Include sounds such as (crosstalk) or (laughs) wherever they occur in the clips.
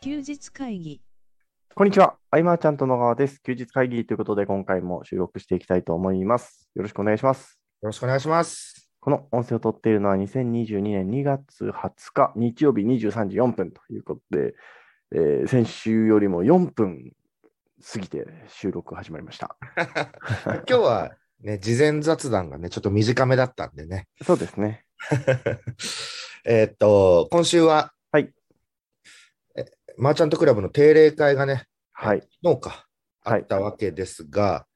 休日会議こんにちは。相馬ちゃんと野川です。休日会議ということで、今回も収録していきたいと思います。よろしくお願いします。よろしくお願い (laughs) します。この音声を撮っているのは2022年2月20日、日曜日23時4分ということで、えー先週よりも4分過ぎて収録始まりました。今日はね、事前雑談がね、ちょっと短めだったんでね。 (laughs) そうですね。えーっと、今週は、はい。え、マーチャントクラブの定例会がね、はい。昨日か、あはいったわけですが、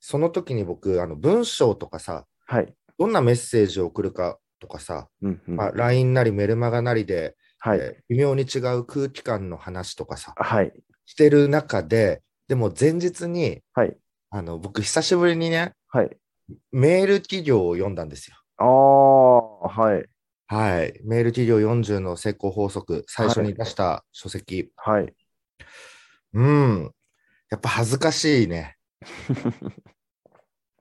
その時に僕、あの文章とかさ、はい。どんなメッセージを送るかとかさ、うんうんまあ、LINE なりメルマガなりで、はい。えー微妙に違う空気感の話とかさ、はい。してる中で、でも前日に、はい。あの、僕、久しぶりにね、はい。メール企業を読んだんですよ。ああ、はい。はい。メール企業40の成功法則、最初に出した書籍。はい。 (laughs) うん。やっぱ恥ずかしいね。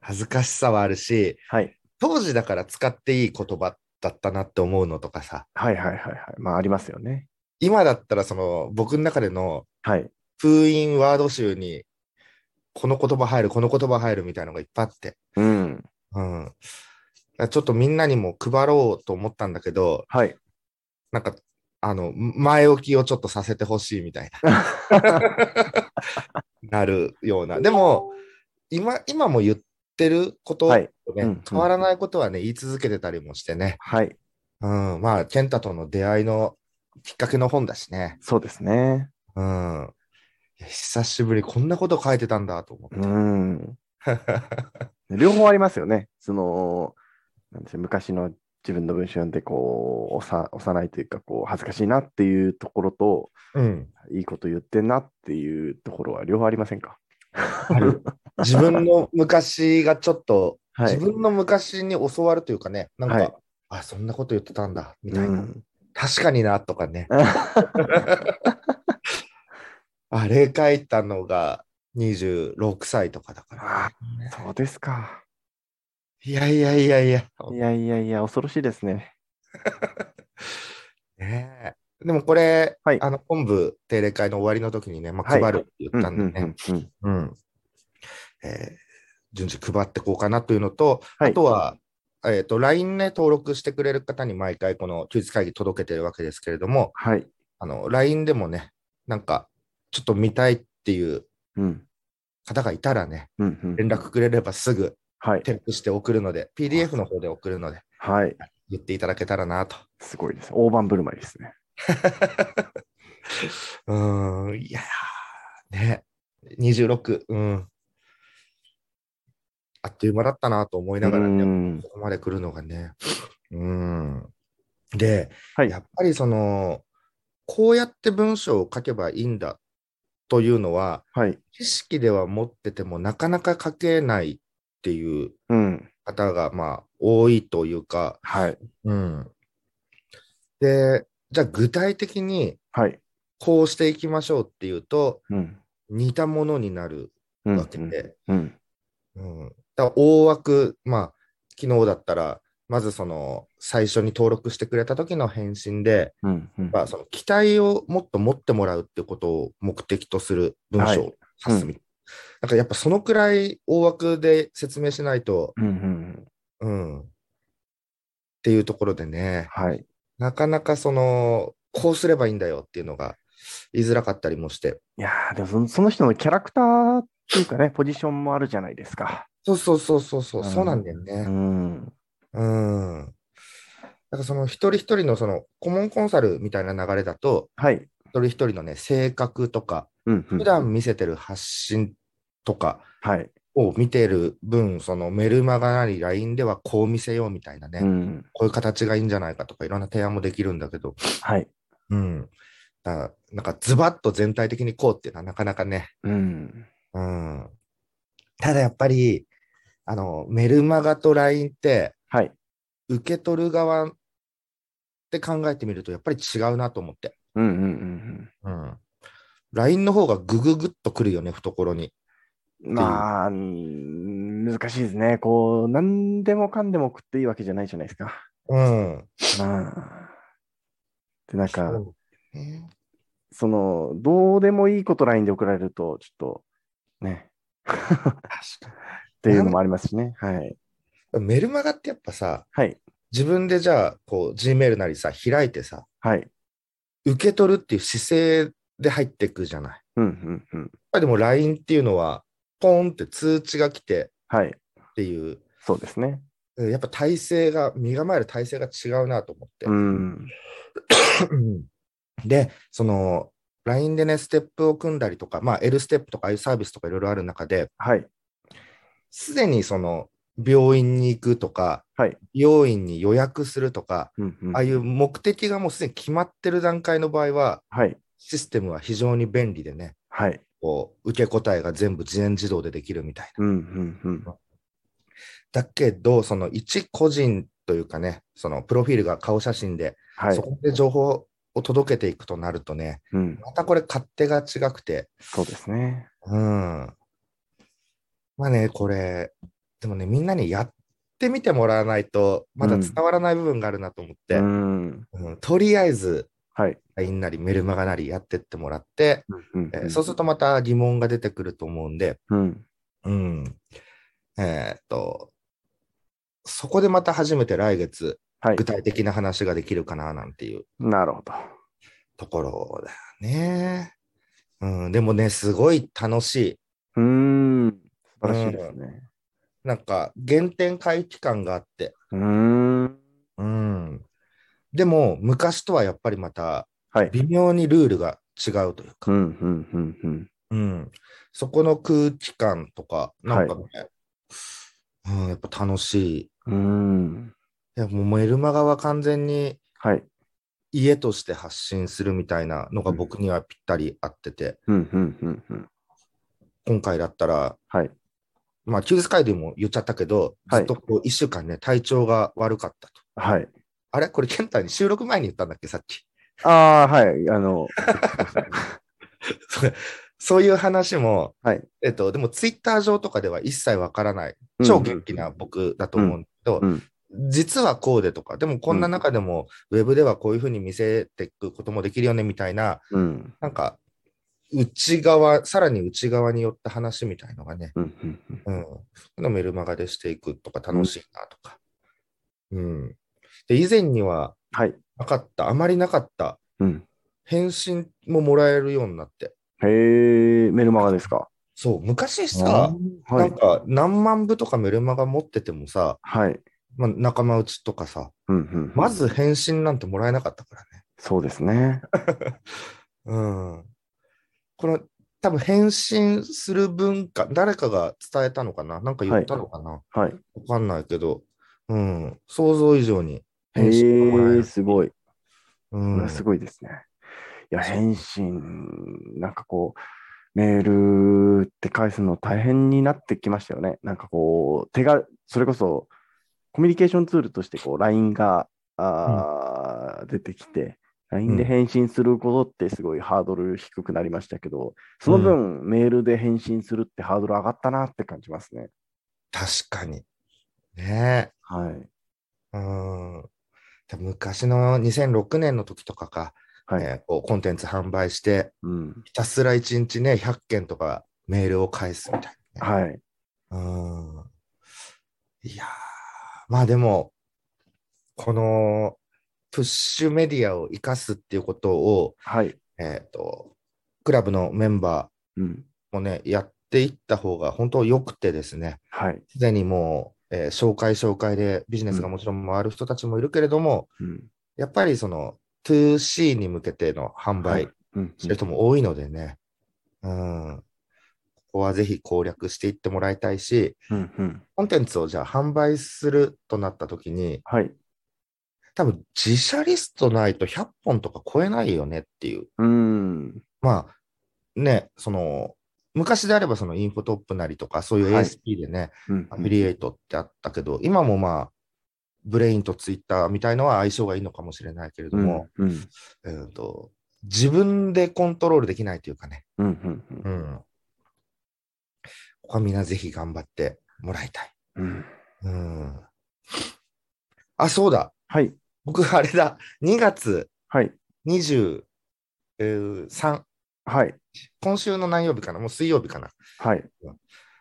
恥ずかしさはあるし、はい。当時だから使っていい言葉だったなって思うのとかさ、はい。はい。はい。はい。まあ、ありますよね。今だったらその僕の中でのはい。封印ワード集に、この言葉入る、この言葉入るみたいのがいっぱいあって。うん。うん。だからちょっとみんなにも配ろうと思ったんだけど、はい。なんか、あの、前置きをちょっとさせてほしいみたい (laughs) な、なるような。でも、今、今も言ってること、はねいうん変わらないことはね、言い続けてたりもしてね。はい。うん、まあ、健太との出会いのきっかけの本だしね。そうですね。うん。いや久しぶり、こんなこと書いてたんだと思って。うん。両方ありますよね。その、なんでしょう、昔の自分の文章読んで、こう、おさ幼いというか、こう、恥ずかしいなっていうところと、 (laughs) うん。いいこと言ってんなっていうところは両方ありませんかる自分の昔がちょっと、はい。自分の昔に教わるというかね、なんか、はいあ、そんなこと言ってたんだ、みうたいな。 (laughs) ん、確かになとかね。あれ書いたのが26歳とかだから。あー (laughs) そうですか。いやいやいやいや。いやいやいや、恐ろしいですね。ねえでもこれ、はいあの本部定例会の終わりの時にね、まあ、はい配るって言うっんたうんんうでねん、うんうんえー順次配ってこうかなというのと、はいあとは、えー、と LINE ね、登録してくれる方に毎回この休日会議届けてるわけですけれども、はい。あの LINE でもね、なんかちょっと見たいっていううん。方がいたらね、うんうん連絡くれればすぐはい。添付して送るので、PDF の方で送るので、はい。言っていただけたらなと。すごいです。大盤振る舞いですね。うーん、いやー、ね、26、うん。あっという間だったなと思いながらうね、んここまで来るのがね。うん。で、はいやっぱりその、こうやって文章を書けばいいんだというのは、はい。知識では持っててもなかなか書けないっていううん。方がまあ多いというか、はい。うん、でじゃあ具体的にはい。こうしていきましょうっていうとうん。似たものになるうんわけで、うん。うんだから大枠まあ昨日だったらまずその最初に登録してくれた時の返信で、うん。うんまあ、その期待をもっと持ってもらうってことを目的とする文章を指すみたいな。なんかやっぱそのくらい大枠で説明しないと、うんうんうん。うん、っていうところでね、はい。なかなかその、こうすればいいんだよっていうのが言いづらかったりもして。いやーでもそのその人のキャラクターっていうかね、ポジションもあるじゃないですか。そうそうそうそうそう、うんそうなんだようね。ん。うん。だからその一人一人のその顧問コンサルみたいな流れだと、はい。一人一人のね、性格とか、うん、うん普段見せてる発信とかはい。を見てる分、そのメルマガなり LINE ではこう見せようみたいなね、うん。こういう形がいいんじゃないかとか、いろんな提案もできるんだけど、はい。うん。だからなんかズバッと全体的にこうっていうのはなかなかね、うん。うんただやっぱり、あの、メルマガと LINE って、はい。受け取る側って考えてみると、やっぱり違うなと思って。うんうんうんうん。LINE の方がグググっとくるよね、懐に。うん。まあ、うん難しいですね。こう、何でもかんでも食っていいわけじゃないじゃないですか。うん。うん。で、なんか、ねその、どうでもいいことラインで送られると、ちょっと、ね、 (laughs) っていうのもありますしね。はい。メルマガってやっぱさ、はい。自分でじゃあ、こう、Gmail なりさ、開いてさ、はい。受け取るっていう姿勢で入ってくじゃない。やっうん、うん、うん。ぱりでも LINE っていうのは、ポンって通知が来てはい。っていう、そうですね。うんやっぱ体勢が、身構える体勢が違うなと思って。うん。で、その、LINE でね、ステップを組んだりとか、まあ、L ステップとか、ああいうサービスとかいろいろある中で、はい。すでにその、病院に行くとか、はい美容院に予約するとか、うん、うん。ああいう目的がもうすでに決まってる段階の場合は、はい。システムは非常に便利でね、はい。こう受け答えが全部全自動でできるみたいうん、うん、うん。な。だけど、その一個人というかね、そのプロフィールが顔写真で、はいそ。こで情報を届けていくとなるとね、うん。またこれ勝手が違くて、そうですね。うん。まあね、これ、でもね、みんなにやってみてもらわないと、まだ伝わらない部分があるなと思って、うん。うんとりあえず、はい。 LINE なりメルマガなりやってってもらって、うんえーそうするとまた疑問が出てくると思うんで、うん。うん。えーっと、そこでまた初めて来月、はい具。体的な話ができるかななんていうなるほど。ところだよね。うん、でもね、すごい楽しい。うーん。素晴らしいですね。なんか、原点回帰感があって。うーん。うん。でも、昔とはやっぱりまた、はい。微妙にルールが違うといううか、ん、うん、うん、うん。うん。そこの空気感とか、なんかね、うん、やっぱ楽しい。うーん。いや、もうメルマガは完全にはい。家として発信するみたいなのが僕にはぴったり合ってて、うん、うん、うん、うん。今回だったら、はい。まあ、休日会でも言っちゃったけど、はずいっとこう1週間ね、体調が悪かったと。はい。あれこれ、健太に収録前に言ったんだっけ、さっき。ああ、はい。あの、そそういう話も、はいえっと、でもツイッター上とかでは一切わからない、うん超元気な僕だと思うんだけど、うん実はこうでとか、でもこんな中でも、ウェブではこういうふうに見せていくこともできるよねみたいな、うん。なんか、内側、さらに内側に寄った話みたいのがね、うん、うん、うん。うん、メルマガでしていくとか楽しいなとか。うん。で、以前にははい。なかった、あまりなかった、うん。返信ももらえるようになって。へえ、メルマガですか。そう、昔あさ、ーはないん。か何万部とかメルマガ持っててもさ、はい。まあ、仲間内とかさ、うん、うんうん。まず返信なんてもらえなかったからね。そうですね。うん。この、多分返信する文化、誰かが伝えたのかななんか言ったのかな、はい。わかんないけど、うん、想像以上にへ返信がもらええ、る。すごい。うんこれはすごいですね。いや、返信、なんかこう、メールって返すの大変になってきましたよね。なんかこう、手が、それこそ、コミュニケーションツールとしてこう、LINE があー、出てきて、LINE で返信することってすごいハードル低くなりましたけど、その分、メールで返信するってハードル上がったなって感じますね。確かに。ねはい。え。うん。で昔の2006年の時とかか、はい。えーこうコンテンツ販売して、うん。ひたすら1日ね、100件とかメールを返すみたいなね、はい。うん。いやー、まあでも、このプッシュメディアを生かすっていうことを、はい。えっ、と、クラブのメンバー、うん。もね、やっていった方が本当良くてですね、はい。すでにもう、えー紹介紹介でビジネスがもちろん回る人たちもいるけれども、うん。やっぱりその 2C に向けての販売うん。してる人も多いのでね、うん、ここはぜひ攻略していってもらいたいし、うん。うん。コンテンツをじゃあ販売するとなった時に、はい。多分自社リストないと100本とか超えないよねっていう。うん。まあ、ね、その、昔であればそのインフォトップなりとか、そういうはい ASP でね、うんアフィリエイトってあったけど、今もまあ、ブレインとツイッターみたいのは相性がいいのかもしれないけれども、うんうんえーと、自分でコントロールできないというかね、うんうんうんうん。ここはみんなぜひ頑張ってもらいたい。うんうん。あ、そうだ。はい、僕、あれだ。2月はい、 27えー、3、はい。今週の何曜日かな、もう水曜日かな。はい。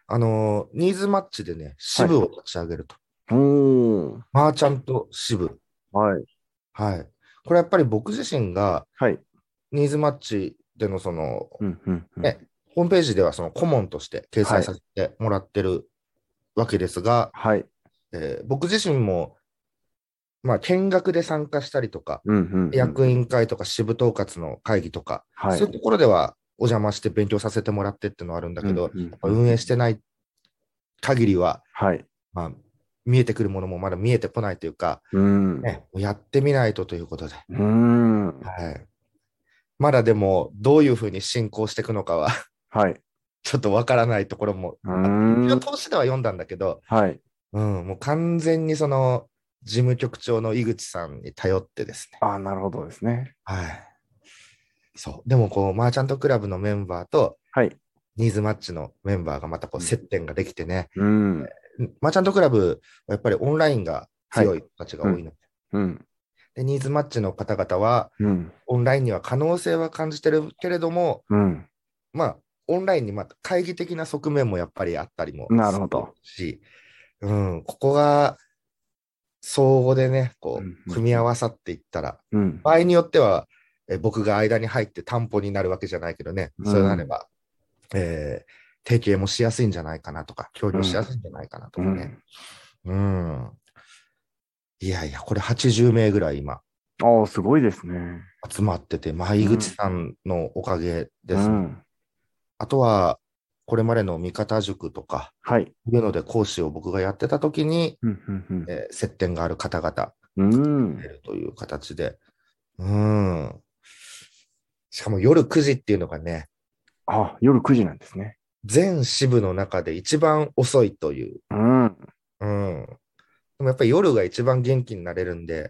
あのーニーズマッチでね、支部を立ち上げると。うーん。マーチャント支部。はい。はい。これやっぱり僕自身が、はい。ニーズマッチでのその、うんうんうん。ねホームページではその顧問として掲載させてもらってるわけですが、はい。えー僕自身も、まあ、見学で参加したりとか、うんうん、うん。役員会とか支部統括の会議とか、はい。そういうところではお邪魔して勉強させてもらってっていうのはあるんだけど、うんうんうん運営してない限りは、はい。まあ、見えてくるものもまだ見えてこないというか、うん。ね、やってみないとということで、うーん。はい、まだでもどういうふうに進行していくのかは (laughs) はい。ちょっとわからないところも、うーん一応投資では読んだんだけど、はい。うん、もう完全にその事務局長の井口さんに頼ってですね、ああ、なるほどですね。はい、そうでもこうマーチャントクラブのメンバーとはい。ニーズマッチのメンバーがまたこう接点ができてね、うん。マーチャントクラブはやっぱりオンラインが強い人たちが多いので,、うん。で、ニーズマッチの方々はうん。オンラインには可能性は感じてるけれども、うん。まあ、オンラインにまあ会議的な側面もやっぱりあったりもなるほどするし、うん、ここが相互でね、こうんうう、ん組み合わさっていったら、うん。場合によっては、え僕が間に入って担保になるわけじゃないけどね、うんそうなれば、えー提携もしやすいんじゃないかなとか、協力しやすいんじゃないかなとうかね。ん。うん。いやいや、これ80名ぐらい今ああ、すごいですね。集まってて、まあ、井口さんのおかげですね。うん。あとは、これまでの味方塾とか、はい。いうので講師を僕がやってた時に、うん。うんえー接点がある方々、うん。出るという形で。うん。しかも夜9時っていうのがね、あ、夜9時なんですね。全支部の中で一番遅いという。うん。うん。でもやっぱり夜が一番元気になれるんで。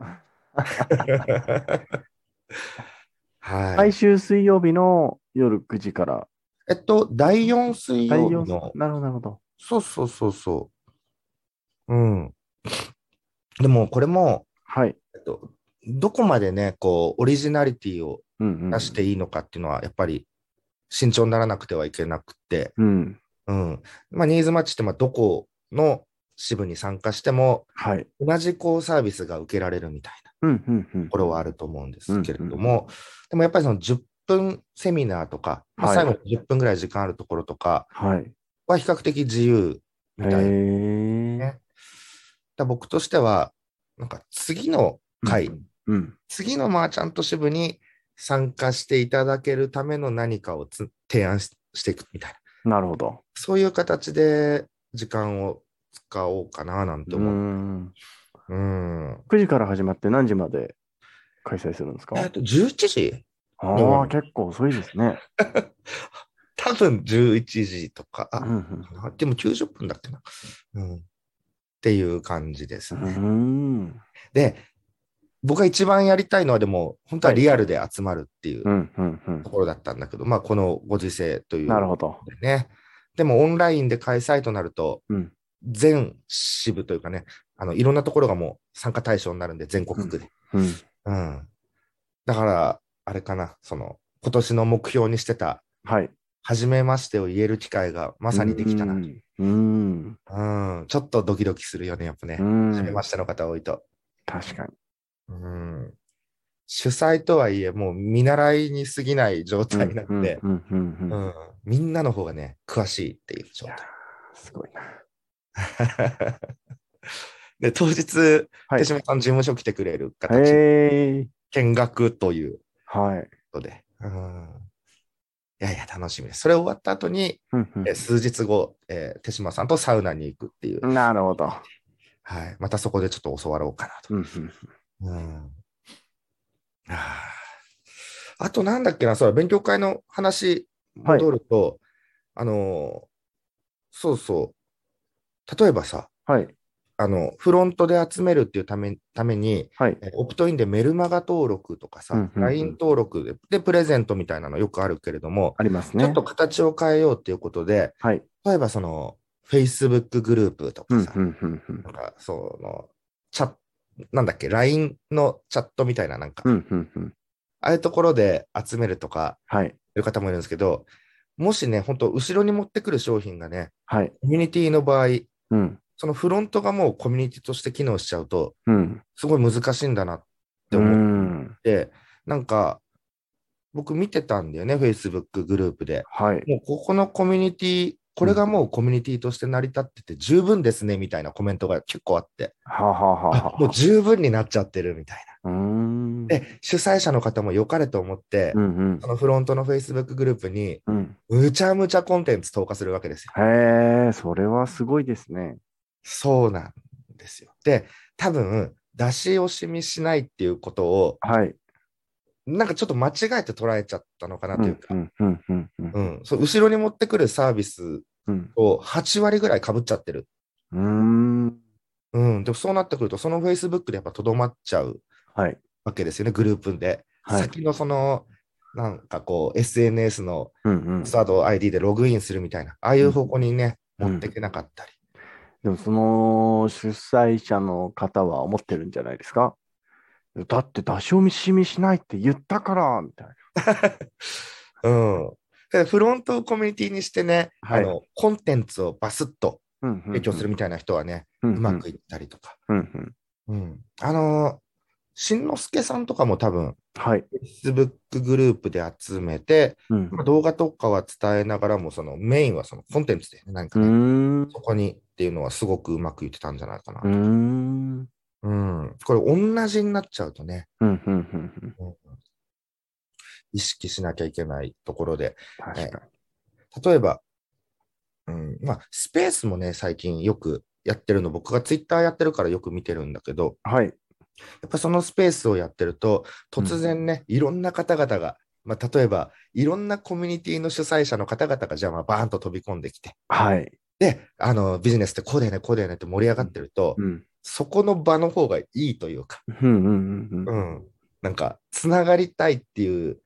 は最い。終水曜日の夜9時から。えっと、第4水第曜四日の。なるほど、なるほど。そうそうそうそう。うん。でもこれも、はい。えっと、どこまでね、こう、オリジナリティをうん、うん。出していいのかっていうのは、やっぱり慎重にならなくてはいけなくて、うん。うん。まあ、ニーズマッチって、まあ、どこの支部に参加しても、はい。同じこうサービスが受けられるみたいなうん、うん、うんとこ。ろはあると思うんですけれどうんうんも、でもやっぱりその10分セミナーとか、まはあ、い最後に10分ぐらい時間あるところとかはい。は比較的自由みへたいな。だかえ。ら僕としては、なんか次の回、うん。次のマーチャント支部に参加していただけるための何かをつ提案ししていくみたいな、なるほど。そういう形で時間を使おうかななんうて思う。ん。うん9時から始まって何時まで開催するんですかえっと、17時ああ、結構遅いですね。多分11時とか、うあんでも90分だっけな、うん。っていう感じですうね。ん。で、僕が一番やりたいのは、でも、本当はリアルで集まるっていううん。うん。うんと。ころだったんだけど、まあ、このご時世というなるほど。でね。でもオンラインで開催となると、うん全支部というかね、あのいろんなところがもう参加対象になるんで、全国区で。うん。うんだから、あれかな、その、今年の目標にしてた、はい。初めましてを言える機会がままさにできたな。うんうん。ちょっとドキドキするよね、やっぱね。うん。初めましての方多いと。確かに。うん主催とはいえ、もう見習いに過ぎない状態になって、うん。うん。うん。うんみんなの方がね、詳しいっていう状態。すごいな。 (laughs) で、当日、はい手。島さん事務所来てくれる形、へえ。見学というはい。ことで。うんいやいや、楽しみです。それ終わった後に、うんうんえー数日後、えー手島さんとサウナに行くっていう、なるほど。はい、またそこでちょっと教わろうかなと。うんうんうんあーあと、なんだっけな、そうだ勉強会の話はい戻ると、あのーそうそう、例えばさ、はい。あのフロントで集めるっていうためために、はい。えオプトインでメルマガ登録とかさ、うんうんうん LINE 登録ででプレゼントみたいなのよくあるけれども、ありますちょねっ。と形を変えようっていうことで、はい。例えばその Facebook グループとうかんさ、うんうんうんなんかそのチャなんだっけ、LINE のチャットみたいななんか、うんうんうんああいうところで集めるとか、はい。いう方もいるんですけど、もしね、本当後ろに持ってくる商品がね、はい。コミュニティの場合、うん。そのフロントがもうコミュニティとして機能しちゃうと、うん。すごい難しいんだなってう思っん。て、なんか、僕見てたんだよね、Facebook グループで。はい。もうここのコミュニティ、これがもうコミュニティとして成り立ってて十分ですね、みたいなコメントが結構あって、はあはあはああはあ。もう十分になっちゃってるみたいうーん。な。で、主催者の方も良かれと思ってう、んうんそ。のフロントの Facebook グループに、うん。むちゃむちゃコンテンツ投下するわけですよ。へえ、それはすごいですね。そうなんですよ。で、多分、出し惜しみしないっていうことを、はい。なんかちょっと間違えて捉えちゃったのかうなというんか、ううんんうんうんうんそう後ろに持ってくるサービスうんを8割ぐらいかぶっちゃってる。うーん。うん、でもそうなってくると、その Facebook でやっぱとどまっちゃうはい。わけですよね、グループで。はい。先のその、なんかこう、SNS のうんうん。スワード ID でログインするみたいな、ああいう方向にね、うん持っていけなかったり。でもその主催者の方は思ってるんじゃないですかだって出し惜しみしないって言ったから、みたいな。うん。でフロントをコミュニティにしてね、はいあのコンテンツをバスッとうんうんうん提供するみたいな人はね、ううんまくいったりとか。うんうんうん。あのー、しんのすけさんとかも多分、はい。 Facebook グループで集めて、うんまあ動画とかは伝えながらも、そのメインはそのコンテンツで、ね、何うかーね、ん。うそこにっていうのはすごくうまくいってたんじゃないかなー。ん。うん。これ同じになっちゃうとね、うんうんうんうん。意識しなきゃいけないところで、確か例えば、うん、まあ、スペースもね、最近よくやってるの、僕がツイッターやってるからよく見てるんだけど、に。はい。やっぱそのスペースをやってると、突然ね、いろんな方々が、まあ、例えば、いろんなコミュニティの主催者の方々が、じゃあ、まあ、バーンと飛び込んできて、はい。で、あの、ビジネスってこうだよね、こうだよねって盛り上がってると、うん。そこの場の方がいいというか、うんうんうんう。うんん、なんか、つながりたいっていう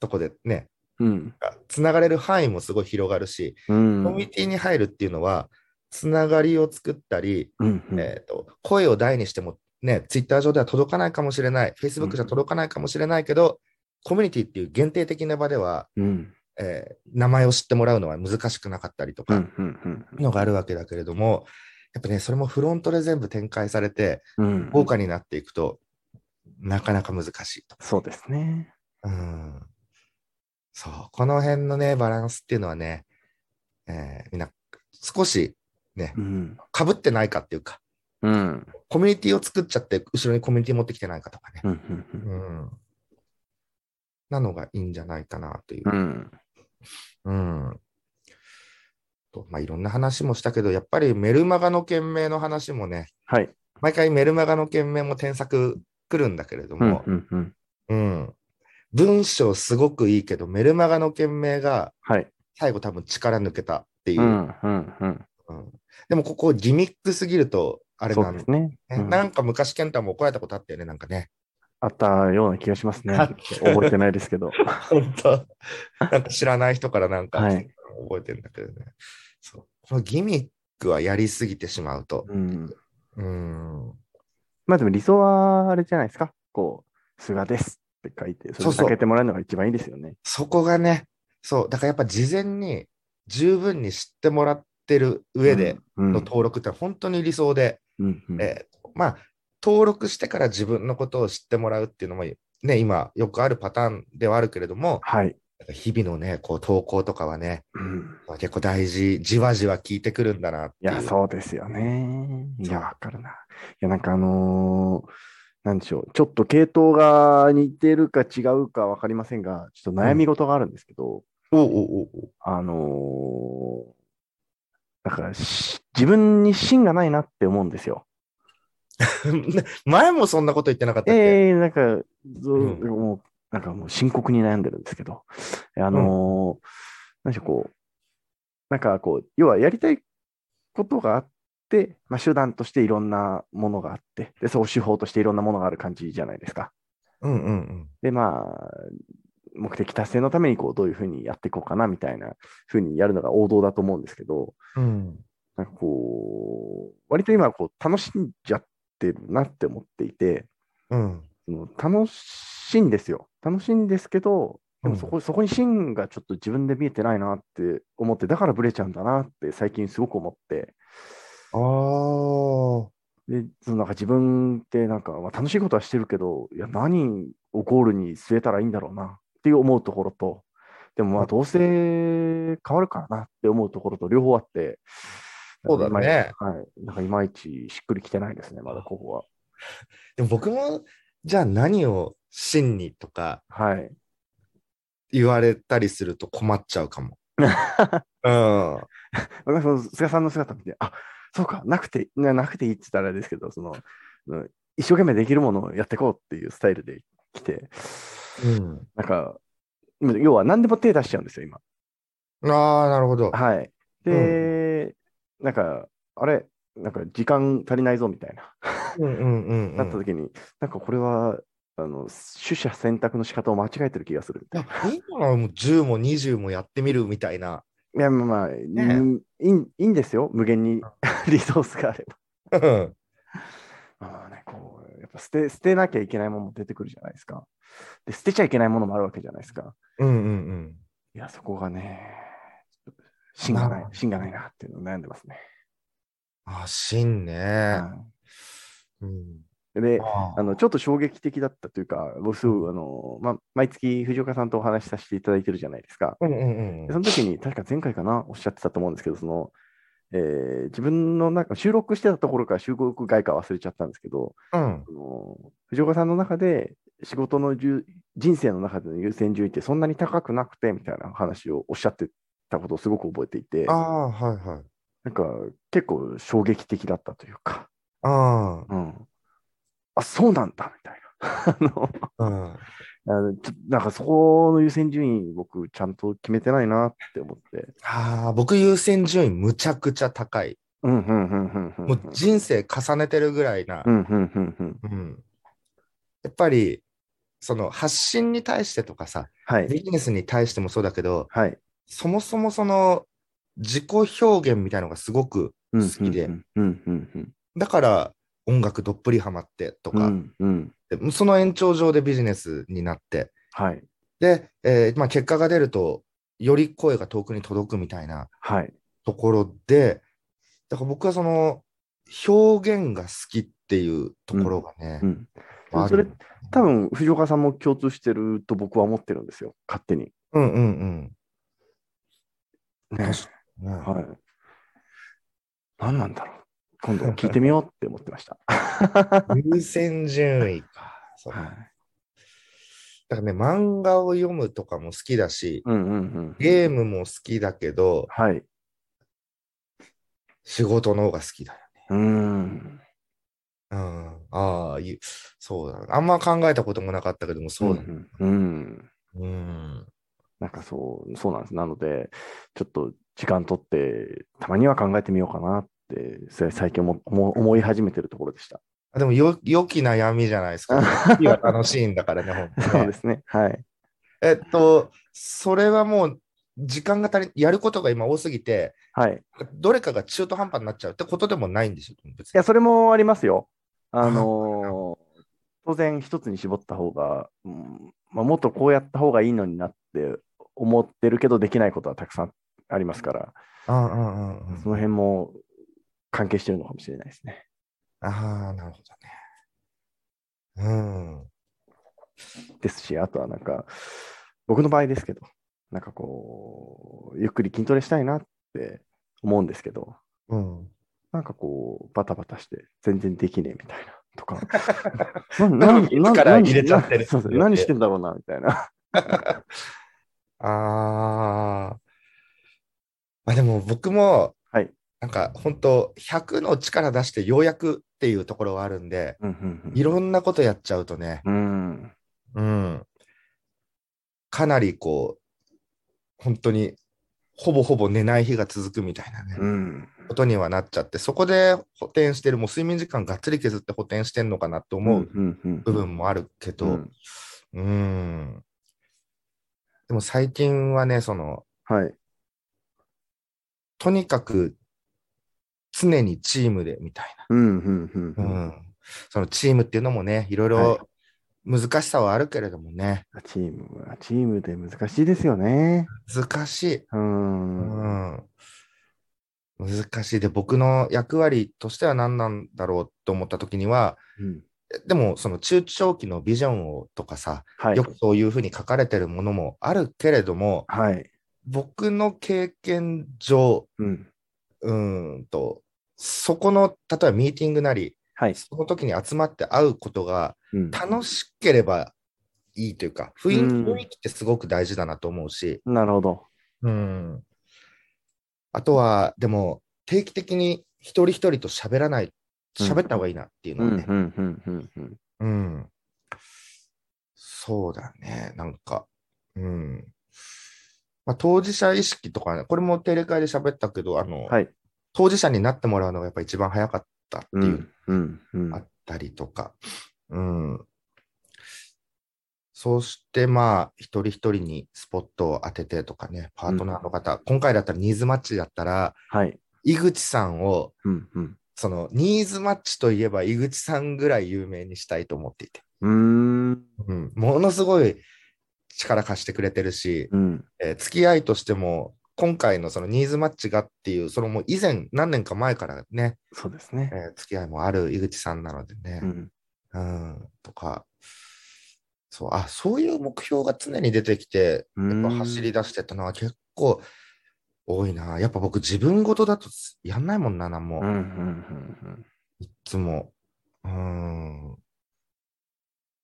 とこでね、うん。つながれる範囲もすごい広がるし、うん。コミュニティに入るっていうのは、つながりを作ったり、うんうんえー、と声を大にしても、ね、ツイッター上では届かないかもしれない、Facebook じゃ届かないかもしれないけど、コミュニティっていう限定的な場では、うんえー名前を知ってもらうのは難しくなかったりとうか、んうんのがあるわけだけれども、やっぱね、それもフロントで全部展開されて、うんう豪ん。華になっていくと、なかなか難しいと。そうですね。うん。そう、この辺のね、バランスっていうのはね、えーみんな少しねう、ん。かぶってないかっていうか、うん。コミュニティを作っちゃって、後ろにコミュニティ持ってきてないかとかね。うんうんうんうん。なのがいいんじゃないかなというう。ん。うん。とまあ、いろんな話もしたけど、やっぱりメルマガの件名の話もね、はい。毎回メルマガの件名も添削来るんだけれどうんも、うんうん。うん。文章すごくいいけど、メルマガの件名がはい。最後多分力抜けたっていうう。んうんうん。うんでもここギミックすぎると、あれそなうんでですね。ね。うんなんか昔、健太も怒られたことあったよね、なんかね。あったような気がしますね。あっ覚えてないですけ (laughs) ど。本当なんか知らない人からなんかは覚いえてるんだけどね。そうこのギミックはやりすぎてしまうと。うん、うーん。まあでも理想はあれじゃないですか。こう、菅ですって書いて、それそうそう避けてもらうのが一番いいですよね。そこがね、そう、だからやっぱ事前に十分に知ってもらってる上でうん、のうん登録って本当に理想で、うんうんえーまあ、登録してから自分のことを知ってもらうっていうのも、ね、今よくあるパターンではあるけれども、はい、やっぱ日々のね、こう投稿とかはね、うん。結構大事、じわじわ効いてくるんだなっていや、う。そうですよね。いそうや、わかるな。いや、なんかあのーなんでしょう。ちょっと系統が似てるか違うかわかりませんが、ちょっと悩み事があるんですけど、おうおうおうおうあのーなんかし自分に芯がないなって思うんですよ。 (laughs) 前もそんなこと言ってなかったっけ、ええなんか、そううんもう、なんかもう深刻に悩んでるんですけど、えあのーなんでしょう、こう、なんかこう、要はやりたいことがあって、まあ、手段としていろんなものがあって、で、そう、手法としていろんなものがある感じじゃないですか。うんうんうん。で、まあ、目的達成のために、こう、どういうふうにやっていこうかな、みたいなふうにやるのが王道だと思うんですけど、うん、なんかこう、割と今、こう、楽しんじゃってるなって思っていて、うん、そもう楽しいんですよ。楽しいんですけど、でもそこ,、そこに芯がちょっと自分で見えてないなって思って、だからブレちゃうんだなって最近すごく思って、あーでそのなんか自分ってなんか、まあ、楽しいことはしてるけど、いや何をゴールに据えたらいいんだろうなっていう思うところと、でもまあどうせ変わるからなって思うところと両方あって、そうだね。はい、なんかいまいちしっくりきてないですね、まだここは。でも僕も、じゃあ何を真にとかはい。言われたりすると困っちゃ (laughs) うかも。うん。私も菅さんの姿見て、あそうか、なくて、ななくていいって言ったらあれですけど、その、うん一生懸命できるものをやっていこうっていうスタイルで来て、うんなんか、今要は何でも手出しちゃうんですよ、今。ああ、なるほど。はい。で、なんか、あれ、なんか時間足りないぞみたいな、うんうんうんうなったん。時に、なんかこれは、あの取捨選択の仕方を間違えてる気がするみいたいや今はもう10も20もやってみるみたい (laughs) な。な。いや、まあまあ、うんいいいいんですよ、無限に (laughs) リソースがあればうんまあね、こう、やっぱ捨て、捨てなきゃいけないものも出てくるじゃないですか。で、捨てちゃいけないものもあるわけじゃないですか。うんうんいや、そこがね、芯がないま、芯がないなっていうのを悩んでますね。あ、真ね。はうん。いで、ああの、ちょっと衝撃的だったというか、僕、すぐあの、まあ、毎月藤岡さんとお話しさせていただいてるじゃないですか。うんうんでうそん。の時に、確か前回かな、おっしゃってたと思うんですけど、その、えー自分の中、収録してたところから収録外か忘れちゃったんですけど、うん。あの藤岡さんの中で仕事のじゅ人生の中での優先順位ってそんなに高くなくてみたいな話をおっしゃってたことをすごく覚えていてああ、はいはい。なんか結構衝撃的だったというか、あうん、あそうなんだみたいなあのあ、うん。あのちょなんかそこの優先順位僕ちゃんと決めてないなって思ってああ、僕優先順位むちゃくちゃ高い。うんうんうんうんうんうもうん人生重ねてるぐらいなう。んうんうんうんうん。やっぱり、その発信に対してとかさ、はいビジネスに対してもそうだけど、はいそもそもその自己表現みたいのがすごくうん好きでうんうんうんだから音楽どっぷりハマってとうんうか、んうんでその延長上でビジネスになって、はいで、えーまあ、結果が出ると、より声が遠くに届くみたいなはいところで、だから僕はその表現が好きっていうところがねう、んあるそれ多分藤岡さんも共通してると僕は思ってるんですよ、勝手に。うんうんうん。ね確かにねはい、何なんだろう、今度聞いてみようって思ってま (laughs) した。優先順位か。そうはいだからね、漫画を読むとかも好きだし、うんうんうん、ゲームも好きだけど、はい、う仕事の方が好きだよね。ーん、うん。ああ、ゆそうだな。あんま考えたこともなかったけども、そうだね。んうん、うん。なんかそう、そうなんです。なので、ちょっと時間取って、たまには考えてみようかなって、それ最近思思思い始めてるところで (laughs) した。あでもよ、良き悩みじゃないで (laughs) すか。好きは楽しいんだからね、ほんそうとでね。すね。はい。えっと、それはもう、時間が足り、やることが今多すぎて、はい。どれかが中途半端になっちゃうってことでもないんでしょ、別いに。や、それもありますよ。ああのー当然、一つに絞った方が、うんまあ、もっとこうやった方がいいのになって思ってるけど、できないことはたくさんありますから、ああ、うんうんうんその辺も関係してるのかもしれないですね。ああ、なるほどね。うん。ですし、あとはなんか、僕の場合ですけど、なんかこう、ゆっくり筋トレしたいなって思うんですけど、うん。なんかこう、バタバタして、全然できねえみたいな。と (laughs) かななんかな力何入れちゃってるそうそう何してんだろうなみたいな。ああ。まあでも僕も、はいなんか本当100の力出してようやくっていうところはあるんで、うんうんうんいろんなことやっちゃうとね、うん。うん。かなりこう、本当に、ほぼほぼ寝ない日が続くみたいなね、うん。ことにはなっちゃって、そこで補填してる、もう睡眠時間がっつり削って補填してんのかなと思ううんうん部分もあるけど、うんうん。でも最近はね、その、はい。とにかく常にチームでみたいうんうんうんな。うん。そのチームっていうのもね、いろいろ、はい難しさはあるけれどもね。チームは、チームで難しいですよね。難しい。う。うんん。難しい。で、僕の役割としては何なんだろうと思った時には、うんでも、その中長期のビジョンをとかさ、はいよ。くそういうふうに書かれてるものもあるけれども、はい。僕の経験上、うん。うーんと、そこの、例えばミーティングなり、はい。その時に集まって会うことがうん楽しければいいというか、雰囲気うん雰囲気ってすごく大事だなと思うし、なるほど。うんあとは、でも、定期的に一人一人と喋らない、うん喋った方がいいなっていううのはん、うね、ん、うん、うんうん。うん。そうだね、なんか。うん。まあ、当事者意識とかね、これも定例会で喋ったけど、あの、はい。当事者になってもらうのがやっぱ一番早かったってう、いうんうん、うんあ。ったりとか。うん。そうして、まあ、一人一人にスポットを当ててとかね、パートナーの方、今回だったらニーズマッチだったら、はい。井口さんを、うん、うん。そのニーズマッチといえば井口さんぐらい有名にしたいと思っていて、うーん。うん、ものすごい力貸してくれてるし、うん。えー付き合いとしても、今回のそのニーズマッチがっていう、そのもう以前、何年か前からね、そうですねえ。ー付き合いもある井口さんなのでね、うん。うん、とか、そう、あ、そういう目標が常に出てきて、やっぱ走り出してたのは結構多いな。やっぱ僕自分事だとやんないもんな、なんも、うん、うん、いうんつも。うん。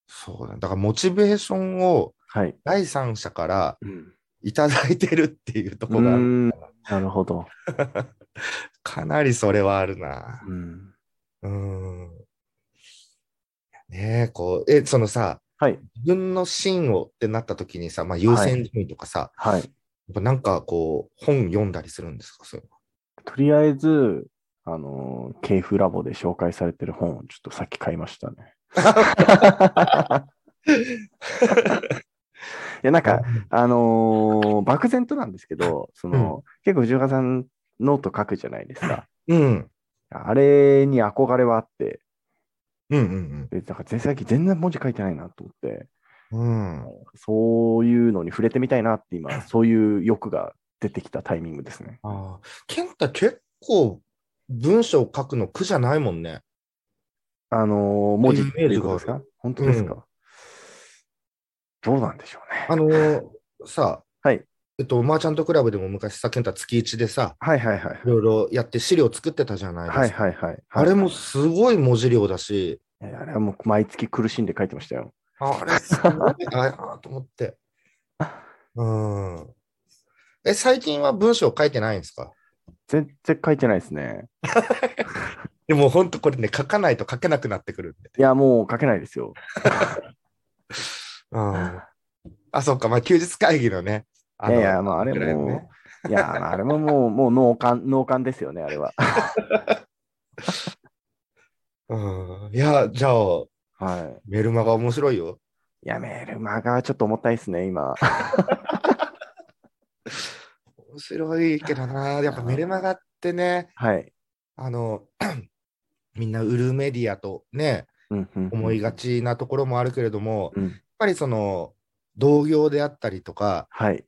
そうだ。だからモチベーションをうん。はい。第三者からうん。いただいてるっていうとこうがあるんなるほど。かなりそれはあるな。うん。うん。ねえ、こう、え、そのさ、はい。自分の芯をってなった時にさ、まあ、優先順位とかさ、はい。やっぱなんかこう、本読んだりするんですかそういうとりあえず、あのー、ケイフラボで紹介されてる本をちょっとさっき買いましたね。いや、なんのか、あのー漠然となんですけど、その、結構藤岡さんノート書くじゃないですか。うん。あれに憧れはあって、うんうんで、なんか全最近全然文字書いてないなと思って、うん。うん。そういうのに触れてみたいなって今、そういう欲が出てきたタイミングですね。ああ。健太結構文章書くの苦じゃないもんね。あのー文字っイメージていうことですか本当ですか、どうなんでしょうね。あの (laughs) ーさ、はい。えっと、マーチャントクラブでも昔さ、健太月一でさ、はいはいはい。いろいろやって資料作ってたじゃないですか。はいはいはい。あれもすごい文字量だし、いやあれはもう毎月苦しんで書いてましたよ。ああ (laughs) れすごいなあと思って。うん。え、最近は文章書いてないんですか全然書いてないですね。でも本当これね、書かないと書けなくなってくるんで。いや、もう書けないですよ。 (laughs) ああ、そっか、まあ、休日会議のね。いやいや、まあ、ああのれくらいのもね、いや、あれももう、もう脳幹、脳幹ですよね、あれは。うん、いや、じゃあ、はメルマガ面白いよ。い。いや、メールマガはちょっと重たいですね、今。面白いけどな、やっぱメルマガってね、はい。あの、 (clears throat) みんな売るメディアとね、うんうんうん思いがちなところもあるけれども、やっうんぱりその、同業であったりとか、はい。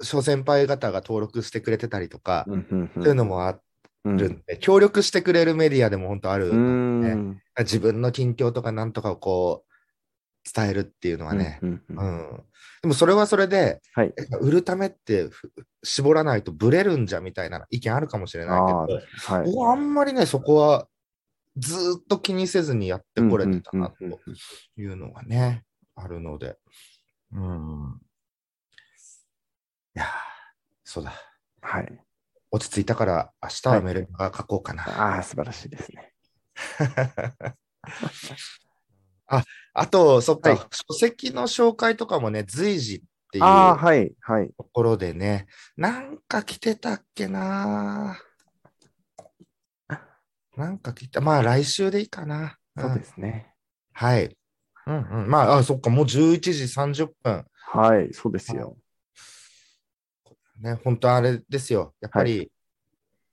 諸先輩方が登録してくれてたりとか、うんうんうんそういうのもあるんで、協力してくれるメディアでも本当あるうのんねうん自分の近況とかなんとかをこう伝えるっていうのはね、うんうんううんんでもそれはそれではい。売るためってふ絞らないとブレるんじゃみたいな意見あるかもしれなあいけどあ、はい。僕はあんまりねそこはずーっと気にせずにやってこれてたなうんうんうんというのがねあるので、うん、いやーそうだはい。落ち着いたから明日はメールが書こうかな。ああ、素晴らしいですね。 (laughs) あ、あと、そっか、はい書籍の紹介とかもね、随時っていうああ、はい、はい。ところでね、なんか来てたっけななんか来た、まあ来週でいいかな。そうでんすね。はい。うんうん、まあ、あ、そっか、もう11時30分。はい、そうですよ。ね、本当あれですよ。やっぱり、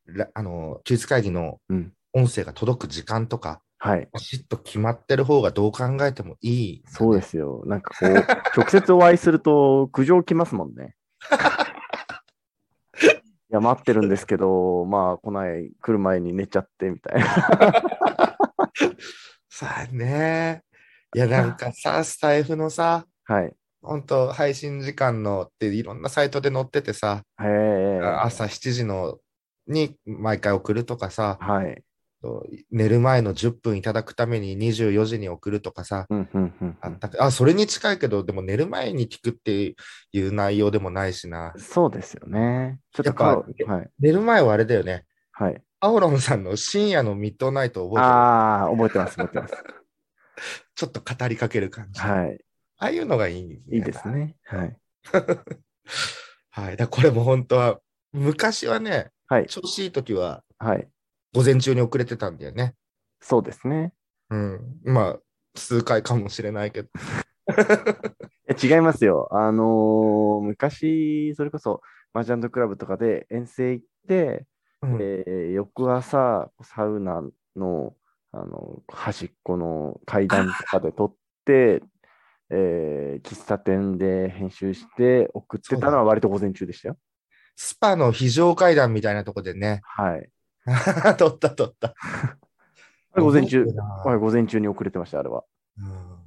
らあの、休日会議のうん音声が届く時間とか、はい。バシッと決まってる方がどう考えてもいい。そうですよ。なんかこう、 (laughs) 直接お会いすると苦情来ますもんね。 (laughs) いや、待ってるんですけど、まあ、来ない、来る前に寝ちゃってみたいな。さあね。いや、なんかさ、スタイフのさ、はい。へ本当配信時間のっていろんなサイトで載っててさ、え。朝7時のに毎回送るとかさ、はい。と寝る前の10分いただくために24時に送るとかさ、うん、うん、うんうあっん。たかあそれに近いけど、でも寝る前に聞くっていう内容でもないしな。そうですよね。ちょっとやか、っぱはい。寝る前はあれだよね。はい。アオロンさんの深夜のミッドナイト覚えてるああ、覚えてます、覚えてます。ちょっと語りかける感じ。あはい。あいうのがいいんだよないいです。ね。はい。はい。だからこれも本当は、昔はね、はい。調子いい時ははい。午前中に遅れてたんだよね。そうですね。うん。まあ、数回かもしれないけど。え違いますよ。あのー昔、それこそ、マージャンドクラブとかで遠征行って、うんえー翌朝、サウナのあの端っこの階段とかで撮って、えー喫茶店で編集して送ってたのは割と午前中でしたよ。スパの非常階段みたいなとこでね、 (laughs) はい。撮った撮った。あれ午前中覚えてるなはい、午前中に送れてました、あれは。うん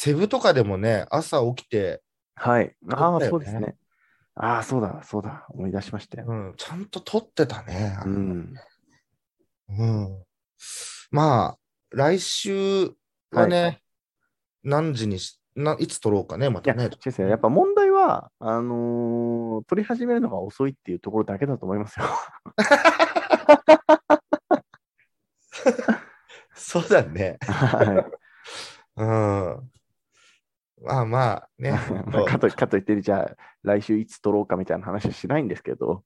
セブとかでもね、朝起きて、はい。あ撮あ、ったよねそうですね。ああ、そうだ、そうだ、思い出しましたよ。うん、ちゃんと撮ってたね。あうのん。うんまあ、来週はね、何時にしないつ撮ろうかね、まいたや、ね。先生、やっぱ問題は、あのー取り始めるのが遅いっていうところだけだと思いますよ。 (laughs) そうだね。はいうん。まあまあ (laughs) ね。まあかとかといって、じゃあ、来週いつ取ろうかみたいな話はしないんですけど、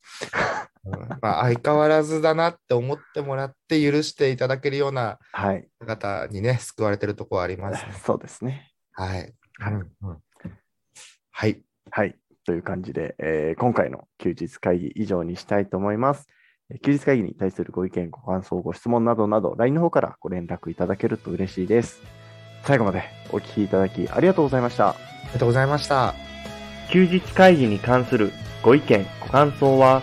うんまあ相変わらずだなって思ってもらって許していただけるようなはい、方にね、救われてるとこはあります。そうですね。はい。はいうんはい。はい、という感じで、えー今回の休日会議以上にしたいと思います。えー休日会議に対するご意見、ご感想、ご質問などなど、LINE の方からご連絡いただけると嬉しいです。最後までお聞きいただきありがとうございました。ありがとうございました。休日会議に関するご意見、ご感想は、